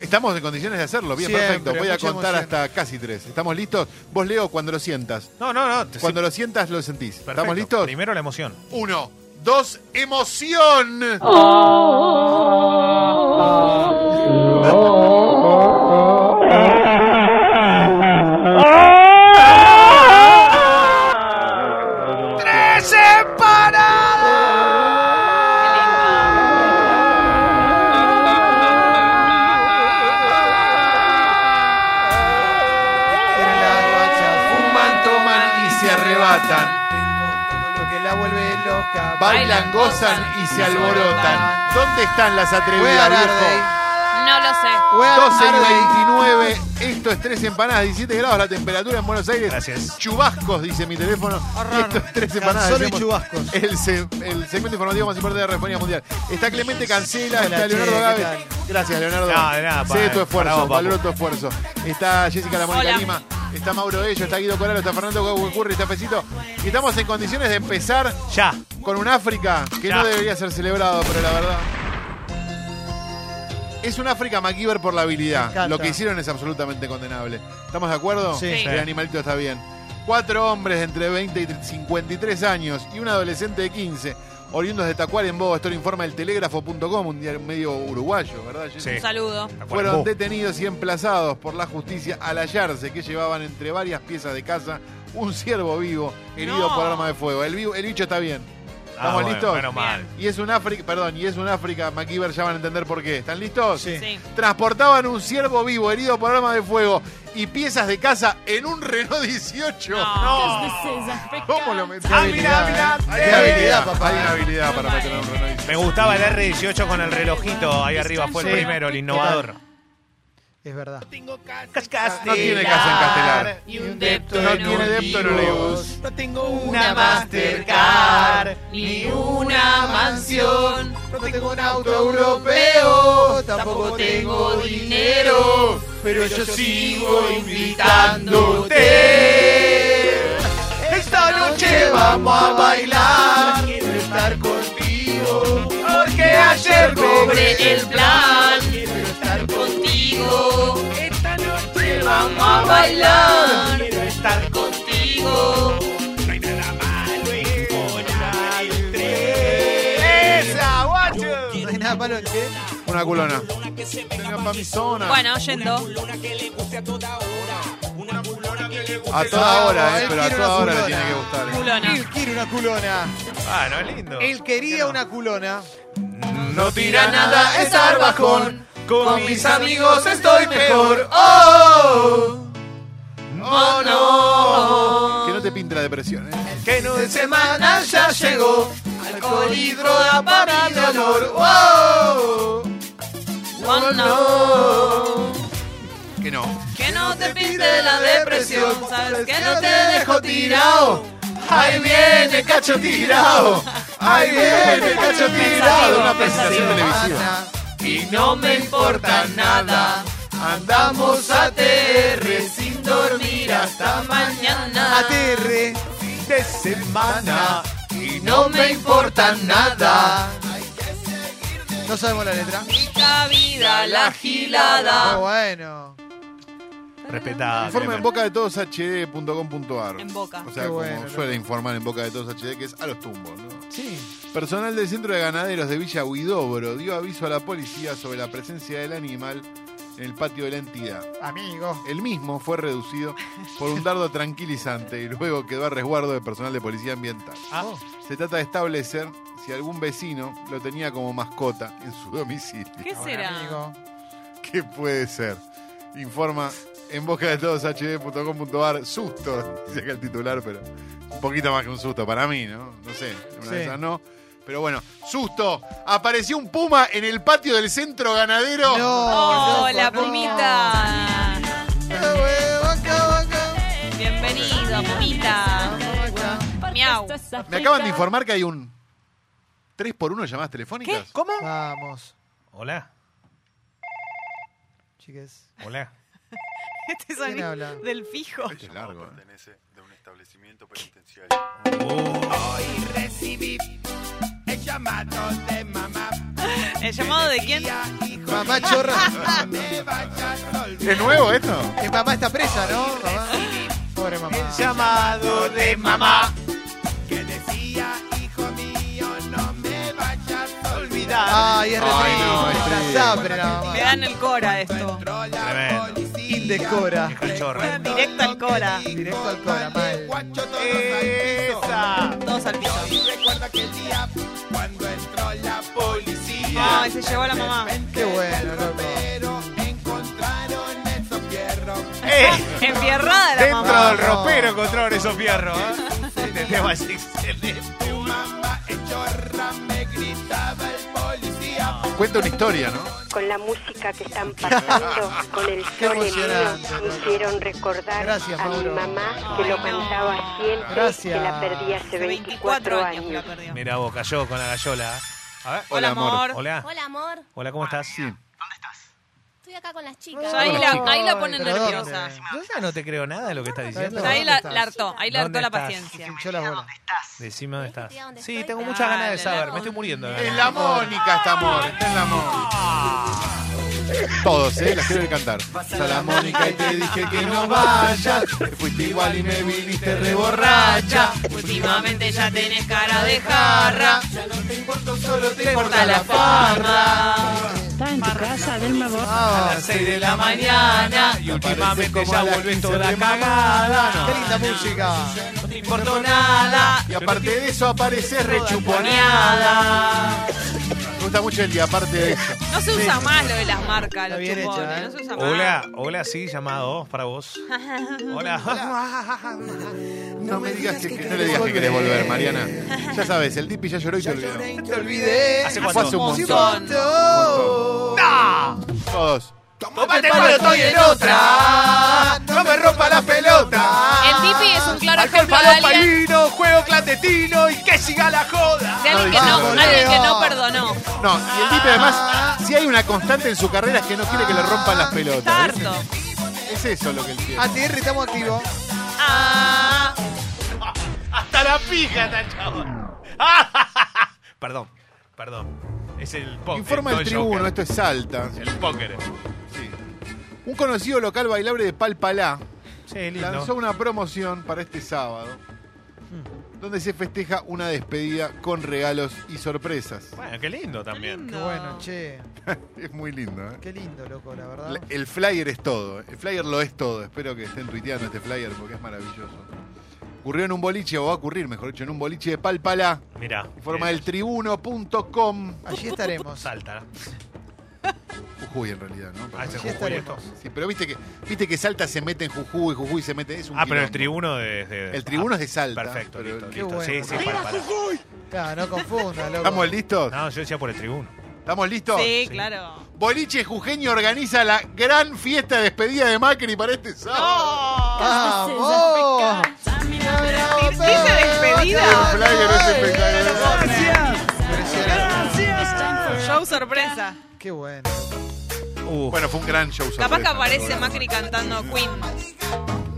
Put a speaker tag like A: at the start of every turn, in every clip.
A: Estamos en condiciones de hacerlo, bien,
B: Siempre,
A: perfecto. Voy a
B: mucha
A: contar
B: emoción.
A: hasta casi tres. ¿Estamos listos? Vos, Leo, cuando lo sientas.
B: No, no, no. te-
A: Cuando
B: sí,
A: lo sientas, lo sentís.
B: perfecto.
A: ¿Estamos listos?
B: Primero la emoción.
A: Uno, dos, emoción.
B: ¡Tres empanadas! Tienen las guachas, fuman, toman y se arrebatan. Lo que la vuelve loca.
A: Bailan, gozan y se alborotan. ¿Dónde están las atrevidas, viejo?
C: No lo sé.
A: 12 y 29, esto es 3 empanadas, 17 grados la temperatura en Buenos Aires.
B: Gracias.
A: Chubascos, dice mi teléfono.
B: Arran.
A: Esto es 3 empanadas.
B: Solo y
A: decíamos,
B: chubascos.
A: El, se- el segmento informativo más importante de la Radiofonía Mundial. Está Clemente Cancela, está
B: che,
A: Leonardo
B: ¿qué
A: Gávez.
B: tal?
A: Gracias, Leonardo.
B: No, de
A: sé
B: nada, pa-
A: tu
B: para
A: esfuerzo,
B: vos, papu.
A: valoro tu esfuerzo. Está Jessica La Mónica
C: Hola.
A: Lima, está Mauro Ello, está Guido Coralo, está Fernando Gucurri, está Fecito. Y estamos en condiciones de empezar
B: Ya.
A: con un África que
B: Ya.
A: no debería ser celebrado, pero la verdad. Es un África MacGyver por la habilidad.
D: encanta.
A: Lo que hicieron es absolutamente condenable. ¿Estamos de acuerdo?
D: Sí.
C: Sí.
A: El animalito está bien. Cuatro hombres de entre 20 y 53 años y un adolescente de 15, oriundos de Tacuarembó, esto lo informa el telégrafo.com, un diario medio uruguayo, ¿verdad? Jessy?
B: Sí.
C: Un saludo.
A: Fueron detenidos y emplazados por la justicia al hallarse que llevaban entre varias piezas de casa un ciervo vivo herido
C: No.
A: por arma de fuego. El, vivo- el bicho está bien. ¿Estamos
B: Ah, bueno,
A: listos?
B: Menos mal.
A: Y es un África, perdón, y es un África, MacGyver ya van a entender por qué. ¿Están listos?
D: Sí.
C: Sí.
A: Transportaban un ciervo vivo herido por arma de fuego y piezas de casa en un Renault 18.
C: No.
A: ¿Cómo lo metí?
B: Ah, mirá, mirá.
A: Hay
B: Sí.
A: una habilidad, papá. Hay una habilidad para meter en un Renault 18.
B: Me gustaba el R18 con el relojito ahí arriba. Fue el
D: Sí.
B: primero, el innovador.
D: Es verdad.
A: No tiene casa en Castelar.
C: Y un
A: No
C: depto en
A: tiene depto en Olivos.
B: No tengo
C: una Mastercard, ni una mansión.
B: No tengo un auto
D: europeo,
C: Tampoco tengo dinero,
D: pero yo
C: sigo invitándote.
B: Esta
D: noche vamos a bailar.
B: Quiero estar contigo. Porque ayer
C: Cobre el plan. Quiero estar contigo.
B: Esta noche
C: Vamos a bailar.
B: Quiero estar
C: Contigo.
B: No hay nada malo en volar el tren. ¡Esa, guacho!
D: No hay nada malo en qué.
A: Una culona. Vengan pa' mi zona.
C: Bueno, yendo.
A: A toda hora, eh,
D: Él
A: pero a
D: quiere
A: toda
D: una
A: hora le
D: culona.
A: tiene que gustar. eh.
C: Culona.
D: Él quiere una culona.
B: Ah, no, es lindo.
D: Él quería una culona.
B: No tira
C: nada, es
B: bajón.
C: arbajón.
B: Con mis amigos estoy mejor.
A: ¡Oh, no! Que no te pinte la depresión, eh.
B: Que no es
D: semana ya llegó.
C: Alcohol hidroda para mi dolor. Oh, no.
A: Que no.
C: Que no te pinte la depresión. Sabes que no te dejo tirado.
A: Ahí viene cacho tirado. Ahí viene cacho tirado. Una presentación televisiva.
C: Y no me importa nada.
A: Andamos a
C: TR sin dormir hasta mañana.
D: ATR.
A: de semana.
C: Y no me importa nada.
D: No sabemos la letra.
C: Mi cabida, la
D: Pero
C: gilada.
D: bueno.
B: Respetada.
A: Informa en boca de todos hd.com.ar.
C: En boca.
A: O sea,
D: Qué
A: como
D: bueno,
A: suele informar en boca de todos hd, que es a los tumbos, ¿no?
D: Sí.
A: Personal del Centro de Ganaderos de Villa Huidobro dio aviso a la policía sobre la presencia del animal en el patio de la entidad.
D: Amigo.
A: El mismo fue reducido por un dardo tranquilizante y luego quedó a resguardo de personal de policía ambiental.
B: Ah,
A: Se trata de establecer si algún vecino lo tenía como mascota en su domicilio.
C: ¿Qué
D: Ahora,
C: será?
D: Amigo.
A: ¿Qué puede ser? Informa en boca de todos hd.com.ar. Susto, dice que el titular, pero un poquito más que un susto para mí, ¿no? No sé, una
D: Sí.
A: de esas no. Pero bueno, susto. Apareció un puma en el patio del centro ganadero.
D: No.
C: Oh,
D: loco,
C: la
D: no.
C: pumita.
D: Ah, huevo, acá, acá.
C: Bienvenido, pumita. Miau.
A: Me acaban de informar que hay un 3 por 1 llamadas telefónicas.
B: ¿Cómo?
D: Vamos,
B: Hola.
D: chiques.
B: Hola.
C: Este
D: ¿Quién sonido habla?
C: del fijo.
A: Este es largo. eh.
E: pertenece de un establecimiento penitenciario.
B: Oh, llamado de mamá.
C: ¿El llamado de quién?
D: Mamá chorra.
A: ¿Es nuevo esto?
D: Que mamá está presa, ¿no? Mamá. Pobre mamá.
B: El llamado de mamá. Que decía, hijo mío, no me vayas a olvidar.
D: Ay, es re
A: Ay,
D: triste.
A: no,
D: es
A: es triste.
D: abrazable, la mamá.
C: Me dan el cora esto.
B: Entró la
E: Tremendo.
B: policía.
D: Indecora.
B: eh.
E: Chorra.
C: Directo al cora.
D: Directo al cora,
B: Dale,
D: mal.
B: guacho, todos al piso.
E: Esa.
C: Todos al piso.
B: Y recuerdo aquel día cuando entró la policía.
C: Ay, se llevó a la mamá.
D: Qué bueno, loco.
B: Pero encontraron el sopierro.
E: Eh,
C: Enfierrada la
E: dentro
C: mamá.
E: del ropero encontraron esos fierros. ¿eh? Este tema es excelente.
B: Tu mamá en chorra me gritaba el policía.
A: Cuenta una historia, ¿no?
F: Con la música que están pasando, con el
D: Qué
F: sol en
D: emocionante,
F: mío,
D: Mauro.
F: me hicieron recordar
D: Gracias,
F: a mi
D: Mauro.
F: mamá que lo
C: Ay, no.
F: cantaba siempre,
D: Gracias.
F: que la perdí hace 24
C: que la
F: años.
C: perdió.
E: Mira vos, cayó con la
B: ¿eh?
E: gallola. A ver.
C: Hola, amor.
E: Hola.
G: Hola, amor.
E: Hola, ¿cómo estás?
G: Estoy acá con las chicas.
D: Ay,
C: Yo ahí la- ahí la ponen
D: pero ¿dónde?
C: nerviosa.
E: Yo ya no te creo nada de lo que estás diciendo.
C: Yo ahí la,
D: ¿Dónde
C: la hartó, ahí la hartó
E: ¿Dónde
C: la
E: estás?
C: paciencia.
D: Pinchó las bolas.
E: Decime dónde
G: ¿Viste
E: estás.
G: dónde
E: Sí,
G: estoy?
E: tengo muchas ganas de
C: Dale,
E: saber.
G: la-
E: Me estoy muriendo. de
A: Es
E: ganas.
A: la Mónica esta amor, es la Mónica. Todos, ¿eh? Las quiero ver cantar. Pasa la Mónica y te dije que no vayas. Te fuiste igual y me viniste reborracha.
C: Últimamente ya tenés cara de
B: Jarra,
C: jarra.
B: ya no te importa, solo te
C: Corta
B: importa
C: la
B: la farra.
C: farra.
H: Está en tu casa, del nuevo.
E: A
D: Ah,
E: las 6 de la mañana. Y últimamente ya volvés toda
D: qué
E: cagada.
D: linda música.
E: No te importó nada.
A: Y aparte de eso apareces
C: Chuponeada.
A: Me gusta mucho el y aparte de eso.
C: No se usa más lo de las marcas, los
D: Está bien
C: chupones.
D: hecho, ¿eh?
C: No se usa más.
E: Hola, hola, sí, llamado para vos. Hola.
A: No me digas que, que- no le digas que querés volver, Mariana. Ya sabes, el Dipi ya lloró y te olvidó.
D: Te olvidé.
E: ¿Hace
A: Fue hace
E: cuánto?
A: un
D: Sí,
A: montón.
C: montón.
D: montón.
A: Todos.
B: Tómate cuando estoy en otra. No me rompa la pelota.
C: El tipi es un claro
E: Alcohol
C: ejemplo de
E: para los
C: alguien,
E: palinos, juego clandestino y que siga la joda.
C: de alguien que
A: Ay,
C: no,
A: boludo.
C: alguien que no perdonó.
A: No, y el Dipi además, si hay una constante en su carrera es que no quiere que le rompan las
C: Está
A: pelotas.
C: harto.
A: Es eso lo que él quiere.
D: ATR, estamos activos.
C: Ah,
E: Hasta la pija está el chabón. Perdón, perdón. Es el póker.
A: Informa el tribuno, esto es Salta.
E: El póker.
A: Sí. Un conocido local bailable de Palpalá
E: Sí,
A: lanzó una promoción para este sábado donde se festeja una despedida con regalos y sorpresas.
E: Bueno, qué lindo también.
D: Qué bueno, che.
A: Es muy lindo, ¿eh?
D: Qué lindo, loco, la verdad.
A: La- El flyer es todo, ¿eh? el flyer lo es todo. Espero que estén tuiteando este flyer porque es maravilloso. Ocurrió en un boliche, o va a ocurrir, mejor dicho, en un boliche de Palpalá.
E: Mirá.
A: Informa
E: eh,
A: el tribuno.com.
D: Allí estaremos.
E: Salta.
A: Jujuy en realidad, ¿no?
E: Ah, ese
D: Allí
E: Jujuy
D: estaremos.
E: esto.
A: Sí, pero viste que, viste que Salta se mete en Jujuy, Jujuy se mete. Es un
E: Ah, pero el
A: quilombo.
E: tribuno de, de-
A: El tribuno es de Salta,
E: Perfecto,
A: pero-
E: listo,
A: Qué
E: listo.
D: bueno.
E: Sí, sí, para, para.
D: Claro, no confundas, loco.
A: ¿Estamos listos?
E: No, yo decía por el tribuno.
A: ¿Estamos listos?
C: sí, claro.
A: Boliche Jujeño organiza la gran fiesta de despedida de Macri para este sábado.
D: ¡Vamos!
C: ¿Dice despedida?
A: El flyer es espectacular.
D: Impresionante.
C: Show sorpresa.
D: Qué bueno.
E: Uh,
A: Bueno, fue un gran show.
C: Capaz
A: sorpresa,
C: que aparece
A: la verdad.
C: Macri cantando Queen.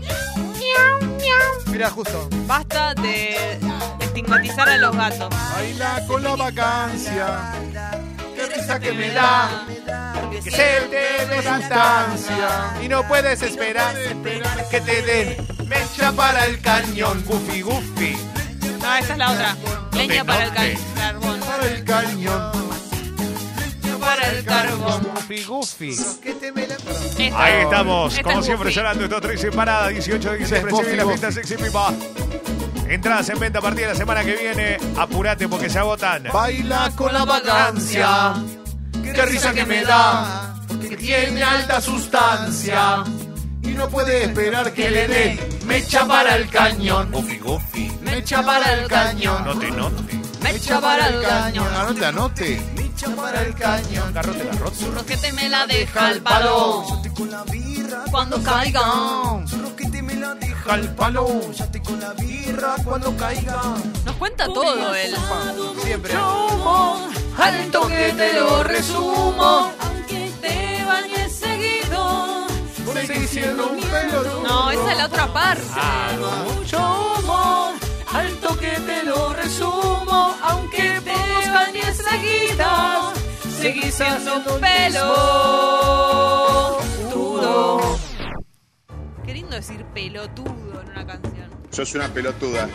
D: Mira, justo.
C: Basta de estigmatizar a los gatos.
A: Baila con la vacancia. Qué risa que me da.
E: que se te
A: Distancia.
E: Y no puedes esperar que te den mecha para el cañón, Goofy Goofy.
C: No, esa es la otra. Leña para el
E: Note.
C: cal- carbón.
A: Para el cañón.
C: Leña para el carbón.
E: Goofy Goofy.
D: ¿Qué te me la...
C: Esta.
E: Ahí estamos,
C: Esta
E: como
C: es
E: siempre,
C: Buffy.
E: llorando estos tres sin parada, 18
A: Esta es
E: dice recibe
A: Buffy,
E: la
A: Buffy.
E: fiesta sexy pipa. Entradas en venta a partir de la semana que viene. Apurate porque se agotan.
A: Baila con la vacancia.
C: vacancia.
A: Qué risa que me da. Porque tiene alta sustancia. Y no puede esperar que le den mecha para el cañón.
E: Goofy Goofy.
A: Mecha para el cañón.
E: No te note.
C: Mecha para el cañón.
A: Anote, anote.
D: para el cañón.
E: Garrote, garrote.
C: Que te me la deja el palo. Cuando caiga.
E: Deja el palo.
C: Nos cuenta todo él.
D: Siempre.
C: Al toque te lo resumo. Aunque te bañes seguido.
A: Seguí siendo un pelotudo.
C: No, esa es la otra parte.
E: Mucho.
C: Al toque te lo resumo. Aunque te bañes mensajitos, seguís siendo un pelo. Tudo. Qué lindo decir pelotudo en una canción.
I: Sos una pelotuda.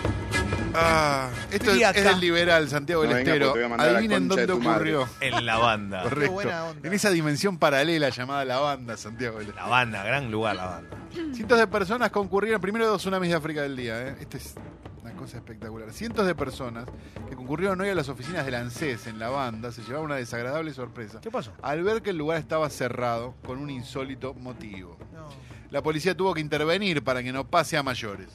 A: Ah, esto es,
D: Friaca.
A: es del liberal Santiago del
I: No, venga,
A: Estero.
I: porque te voy a mandar a la
A: Adivinen
I: concha de
A: dónde
I: tu madre.
A: ocurrió.
E: En la banda.
A: Correcto.
D: buena onda.
A: En esa dimensión paralela llamada la banda, Santiago del Estero.
E: La banda, gran lugar la banda.
A: Cientos de personas concurrieron, primero dos tsunamis de África del día, ¿eh? esta es una cosa espectacular. Cientos de personas que concurrieron hoy a las oficinas del ANSES en la banda se llevaron una desagradable sorpresa
B: ¿Qué pasó?
A: al ver que el lugar estaba cerrado con un insólito motivo.
D: No.
A: La policía tuvo que intervenir para que no pase a mayores.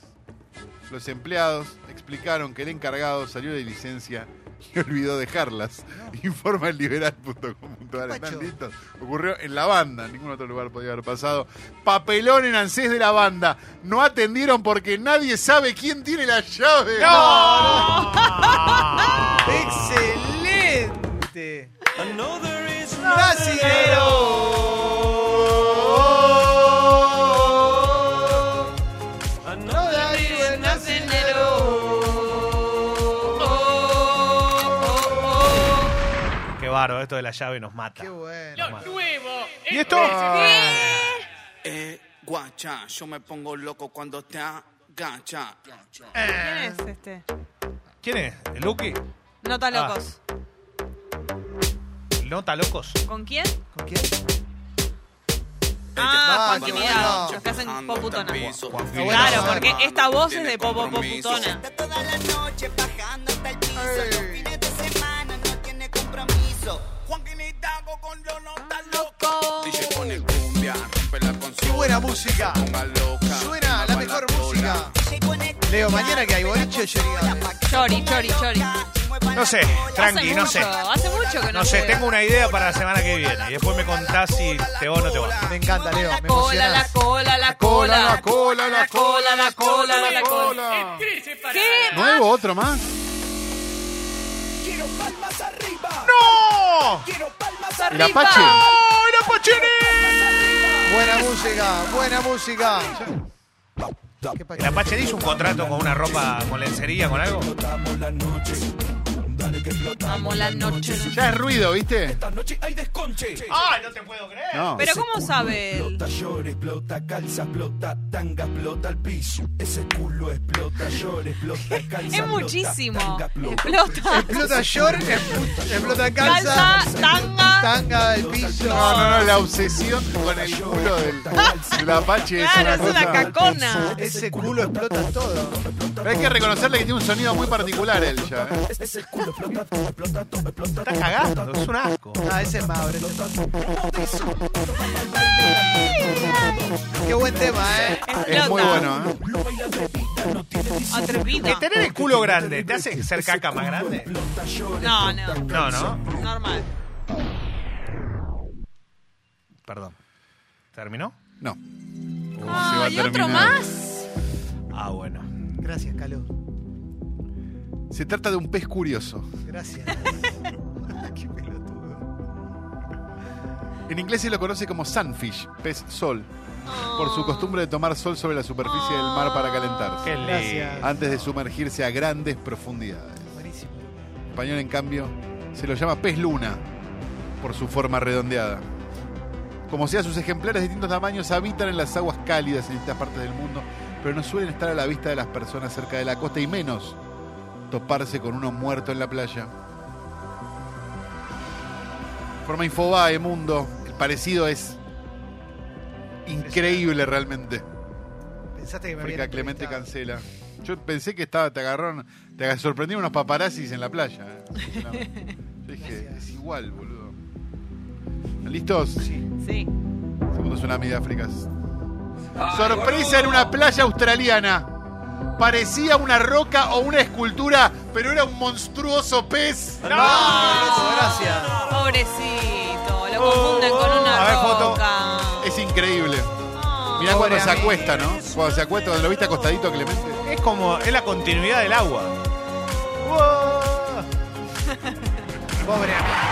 A: Los empleados explicaron que el encargado salió de licencia y olvidó dejarlas. Informa el liberal.com.ar.
D: ¿Qué
A: Están
D: pacho?
A: listos. Ocurrió en la banda, en ningún otro lugar podía haber pasado. Papelón en ANSES de la banda. No atendieron porque nadie sabe quién tiene la llave.
E: Ah.
D: ¡Excelente!
E: Qué bárbaro, esto de la llave nos mata.
D: ¡Qué bueno!
A: ¿Y esto?
J: Eh, guacha, yo me pongo loco cuando te agacha.
C: ¿Quién es este?
E: ¿Quién es? ¿El Lucky?
C: Nota locos.
E: ¿Nota locos?
C: ¿Con quién?
D: ¿Con quién?
C: Ah,
D: Ah,
C: con
D: qué
C: Timidado.
D: bueno.
C: Los que hacen poputona.
E: Fidel.
C: Claro, porque esta voz es de popo poputona.
J: Toda la noche bajando hasta el piso.
D: Los
J: fines de semana no tiene compromiso. Juan Quinitago con los notas
C: Loco.
J: DJ pone cumbia, rompe la
D: ¡Qué
J: consola.
D: buena música!
J: Ponga loca.
D: Suena la mejor música. Leo, mañana que hay boliche, yo
C: Chori, chori, chori.
E: No sé, tranqui,
C: hace
E: no
C: mucho,
E: sé.
C: Hace mucho que no
E: No sé,
C: se-
E: tengo una idea para la semana que viene. Y después me contás si te va o no te va.
D: Me encanta, Leo.
C: La
D: Me
C: cola, la
D: emocionás.
C: cola,
A: Cola,
C: la cola.
A: la cola, la cola, la cola, la
C: cola.
A: cola.
C: ¿Qué?
A: ¿Nuevo? ¿Otro más?
E: ¡No!
A: ¿El Apache?
E: ¡Oh, era Pachini!
D: Buena música, buena música. ¿Qué pa-
E: ¿El Apache hizo un contrato con una ropa, con lencería, con algo?
C: Amo la noche.
A: Ya es ruido, ¿viste?
E: ¡Ay, no te puedo creer!
A: No.
C: Pero ¿cómo sabe él? Es muchísimo. Explota.
D: Explota short, expl- explota calza,
C: Calza, tanga.
D: tanga del piso.
A: No, no, no, la obsesión con el culo del, del Apache es una
C: Claro, es
A: cosa.
C: una cacona.
D: Ese culo explota todo.
A: Pero hay que reconocerle que tiene un sonido muy particular él ya. ¿eh?
E: Está cagando, es un asco.
D: Ah, ese es Mabre. ese es Mabre. Qué buen tema, ¿eh?
A: Es muy bueno, ¿eh?
C: Atrevida.
E: Tener el culo grande, ¿te hace ser caca más grande?
C: No, no.
E: No, no.
C: Normal.
E: Perdón. ¿Terminó?
A: No. Oh,
C: Ah, ¿y otro más?
E: Ah, bueno.
D: Gracias, Caló.
A: Se trata de un pez curioso.
D: Gracias. Qué pelotudo.
A: En inglés se lo conoce como sunfish, pez sol, por
C: Oh.
A: su costumbre de tomar sol sobre la superficie del mar para
E: Qué
A: calentarse,
E: lindo.
D: Gracias.
A: antes de sumergirse a grandes profundidades.
D: Buenísimo.
A: En español, en cambio, se lo llama pez luna, por su forma redondeada. Como sea, sus ejemplares de distintos tamaños habitan en las aguas cálidas en distintas partes del mundo, pero no suelen estar a la vista de las personas cerca de la costa y menos toparse con uno muerto en la playa. Forma Infobae, Mundo. El parecido es increíble realmente.
D: Pensaste que me
A: Frica
D: habían
A: Clemente
D: entrevistado.
A: cancela. Yo pensé que estaba, te agarraron, te sorprendieron unos paparazzis en la playa. eh. Yo dije, es igual, boludo. ¿Listos? Sí.
C: Sí.
A: Segundo tsunami de África. Sorpresa en una playa australiana. Parecía una roca o una escultura, pero era un monstruoso pez.
D: No, loco, gracias.
C: Pobrecito. Lo confunden con una
A: A ver, foto.
C: roca.
A: Es increíble. Mirá cuando se acuesta, ¿no? Cuando se acuesta, cuando lo viste acostadito a Clemente.
E: Es como, es la continuidad del agua.
D: Pobre amigo.